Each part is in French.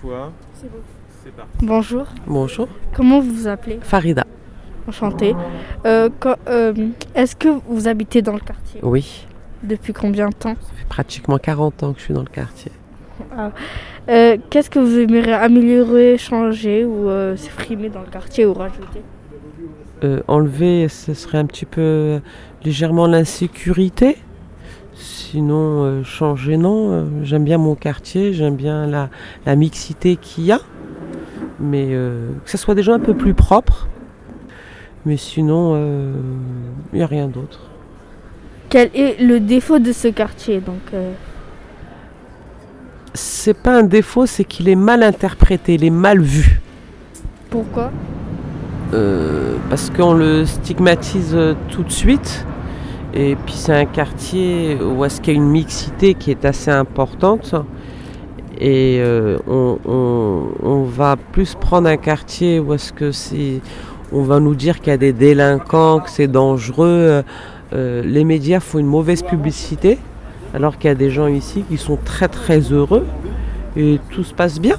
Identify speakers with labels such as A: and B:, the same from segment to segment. A: fois.
B: C'est bon.
A: C'est parti.
B: Bonjour,
C: Bonjour.
B: comment vous vous appelez
C: Farida.
B: Enchantée. Euh, quand- euh, Est-ce que vous habitez dans le quartier
C: Oui.
B: Depuis combien de temps
C: Ça fait pratiquement 40 ans que je suis dans le quartier.
B: Euh, Qu'est-ce que vous aimeriez améliorer, changer ou euh, supprimer dans le quartier ou rajouter
C: Euh, enlever, ce serait un petit peu euh, légèrement l'insécurité. Sinon, euh, changer, non. Euh, J'aime bien mon quartier, j'aime bien la, la mixité qu'il y a. Mais euh, que ce soit déjà un peu plus propre. Mais sinon, euh, il n'y a rien d'autre.
B: Quel est le défaut de ce quartier donc euh,
C: C'est pas un défaut, c'est qu'il est mal interprété, il est mal vu.
B: Pourquoi
C: Euh, parce qu'on le stigmatise euh, tout de suite. Et puis c'est un quartier où est-ce qu'il y a une mixité qui est assez importante. Et euh, on, on- on va plus prendre un quartier où est-ce que c'est... On va nous dire qu'il y a des délinquants, que c'est dangereux. Euh, les médias font une mauvaise publicité, alors qu'il y a des gens ici qui sont très très heureux et tout se passe bien.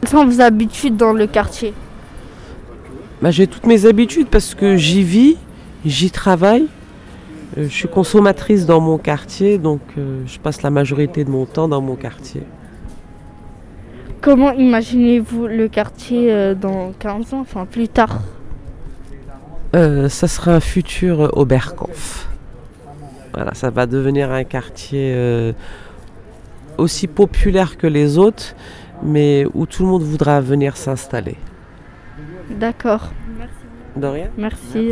B: Quelles sont vos habitudes dans le quartier
C: Bah, j'ai toutes mes habitudes parce que j'y vis, j'y travaille. Euh, je suis consommatrice dans mon quartier, donc euh, je passe la majorité de mon temps dans mon quartier.
B: Comment imaginez-vous le quartier euh, dans 15 ans, enfin plus tard
C: Euh, ça sera un futur euh, Oberkampf. Voilà, ça va devenir un quartier euh, aussi populaire que les autres, mais où tout le monde voudra venir s'installer.
B: D'accord.
C: De rien
B: Merci.